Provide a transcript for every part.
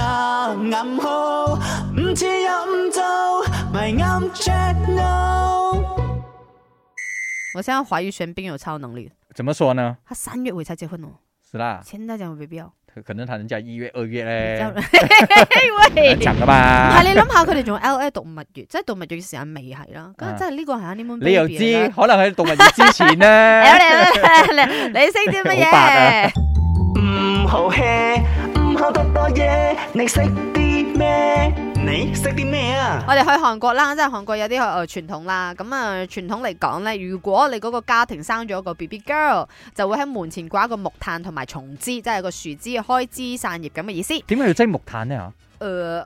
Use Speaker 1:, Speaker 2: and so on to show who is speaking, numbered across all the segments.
Speaker 1: 暗號，唔似又唔做，咪啱 check no。
Speaker 2: 我现在怀疑玄彬有超能力，
Speaker 3: 怎么说呢？
Speaker 2: 他三月尾才结婚哦，
Speaker 3: 是啦，
Speaker 2: 现在讲有 baby 哦，
Speaker 3: 可可能他人家一月、二月
Speaker 2: 之後
Speaker 3: 咧，
Speaker 2: 喂，
Speaker 3: 難
Speaker 2: 唔
Speaker 3: 講噶
Speaker 2: 係
Speaker 3: 嘛。
Speaker 2: 你諗下，佢哋仲 L A 讀蜜月，即係讀蜜月嘅時間未係啦，
Speaker 3: 啊
Speaker 2: 咁即係呢個係 honeymoon
Speaker 3: 你又
Speaker 2: baby 嚟
Speaker 3: 知，
Speaker 2: 㗎。
Speaker 3: 可能喺動物園之前
Speaker 2: 哎
Speaker 3: 咧，
Speaker 2: 你你你你識啲乜
Speaker 3: 好白啊
Speaker 2: 嘢？
Speaker 1: 唔好 hea，唔好多多嘢，你識啲咩？你識啲咩啊？
Speaker 2: 我哋去韓國啦，即係韓國有啲誒傳統啦。咁啊傳統嚟講咧，如果你嗰個家庭生咗個 B B girl，就會喺門前掛一個木炭同埋松枝，即係個樹枝開枝散葉咁嘅意思。誒、
Speaker 3: 點解要擠木炭咧？嚇，
Speaker 2: 誒、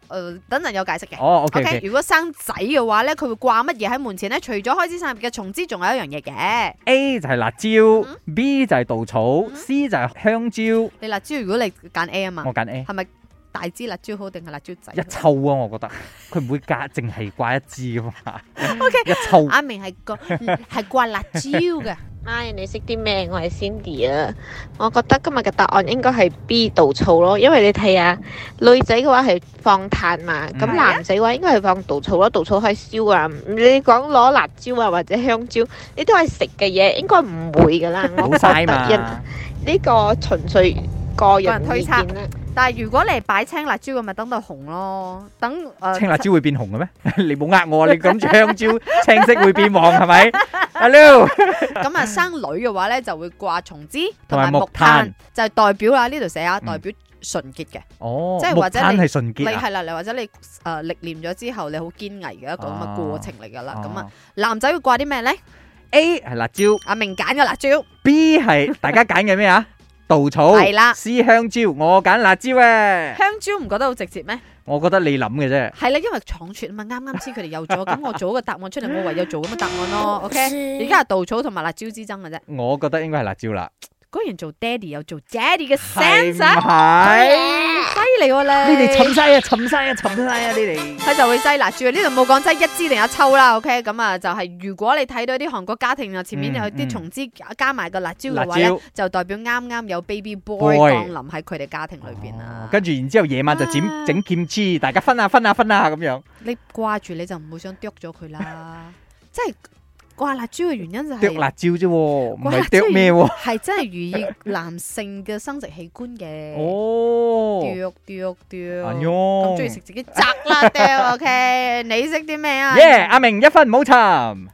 Speaker 2: 呃等陣有解釋嘅。
Speaker 3: 哦，OK
Speaker 2: OK，
Speaker 3: OK，
Speaker 2: 如果生仔嘅話咧，佢會掛乜嘢喺門前咧？除咗開枝散葉嘅松枝，仲有一樣嘢嘅。
Speaker 3: A 就係辣椒，B
Speaker 2: 嗯
Speaker 3: 就係稻草，C 就係香蕉。
Speaker 2: 你辣椒，如果你揀 A 嗯啊嘛
Speaker 3: 我，揀 A，
Speaker 2: 係咪大支辣椒好定係辣椒仔
Speaker 3: 一？抽啊！我覺得佢唔會隔，淨係掛一支噶嘛。一抽
Speaker 2: 阿啊明係 個係掛辣椒嘅，
Speaker 4: 咪你識啲咩？我係 Cindy 啊！我覺得今日嘅答案應該係 B 稻草咯，因為你睇下女仔嘅話係放炭嘛，咁
Speaker 2: 嗯
Speaker 4: 男仔嘅話應該係放稻草咯，稻草可以燒啊！你講攞辣椒啊或者香蕉，你都係食嘅嘢，應該唔會噶啦。
Speaker 3: 好
Speaker 4: 我覺得
Speaker 3: 嘥嘛
Speaker 4: 人。呢個純粹個
Speaker 2: 個
Speaker 4: 人
Speaker 2: 人推
Speaker 4: 意
Speaker 2: 測
Speaker 4: 見啦。
Speaker 2: 但係如果你係擺青辣椒嘅，咪等到紅咯。等誒、呃
Speaker 3: 青辣椒會變紅嘅咩？ 你冇呃我啊！你諗住香蕉 青色會變黃係咪？Hello，
Speaker 2: 咁啊，生女嘅話咧就會掛松枝
Speaker 3: 同
Speaker 2: 同
Speaker 3: 埋
Speaker 2: 埋
Speaker 3: 木
Speaker 2: 木
Speaker 3: 炭
Speaker 2: 炭，就係代表啦。呢度寫啊，
Speaker 3: 嗯
Speaker 2: 代表純潔嘅。
Speaker 3: 哦，
Speaker 2: 即係
Speaker 3: 木
Speaker 2: 或者
Speaker 3: 炭
Speaker 2: 你
Speaker 3: 係純
Speaker 2: 你
Speaker 3: 潔啊。
Speaker 2: 係啦，你或者你誒呃歷練咗之後，你好堅毅嘅一個咁嘅過程嚟㗎啦。咁啊
Speaker 3: 哦，
Speaker 2: 男仔會掛啲咩咧？
Speaker 3: A 係辣椒
Speaker 2: 阿明揀嘅辣椒，
Speaker 3: ，B 係大家揀嘅 咩啊？稻草
Speaker 2: 係啦
Speaker 3: ，C 香蕉，我揀辣 椒啊！
Speaker 2: 香蕉唔覺得好直接咩？
Speaker 3: 我覺得你諗嘅啫。
Speaker 2: 係啦，因為闖出啊嘛，啱啱先佢哋有 咗，咁我做一個答案出嚟，我唯有做咁嘅答案 咯。OK，而家係稻草同埋辣椒之爭嘅啫。
Speaker 3: 我覺得應該係辣椒啦，
Speaker 2: 果然做爹哋有做爹哋嘅
Speaker 3: 係唔
Speaker 2: sense，啊
Speaker 3: 係？
Speaker 2: 犀利喎
Speaker 3: 你
Speaker 2: 你。
Speaker 3: 哋沉晒啊，沉晒啊，沉晒啊！你哋
Speaker 2: 佢就會擠辣椒，呢度冇講擠一支定一抽啦，OK？咁啊，就係如果你睇到啲韓國家庭啊，前面
Speaker 3: 嗯
Speaker 2: 有
Speaker 3: 嗯
Speaker 2: 啲松枝加加埋個辣椒嘅話
Speaker 3: 辣
Speaker 2: 咧
Speaker 3: 椒，
Speaker 2: 就代表啱啱有 baby boy
Speaker 3: Boy
Speaker 2: 降臨喺佢哋家庭裏邊啊
Speaker 3: 哦
Speaker 2: 啦。
Speaker 3: 跟住然之後夜晚就剪
Speaker 2: 啊
Speaker 3: 整劍枝，大家分啊分啊分啊咁樣，
Speaker 2: 你掛住你就唔會想剁咗佢啦， 即係掛辣椒嘅原因就
Speaker 3: 剁
Speaker 2: 係
Speaker 3: 辣椒啫喎，唔
Speaker 2: 掛辣椒
Speaker 3: 係剁咩喎？
Speaker 2: 係真係寓意男性嘅生殖器官嘅。
Speaker 3: 哦，
Speaker 2: 剁剁剁，
Speaker 3: 哎
Speaker 2: 咁
Speaker 3: 呦
Speaker 2: 中意食自己摘啦，掉 OK？你識啲咩啊？
Speaker 3: 耶！阿明一分唔好沉。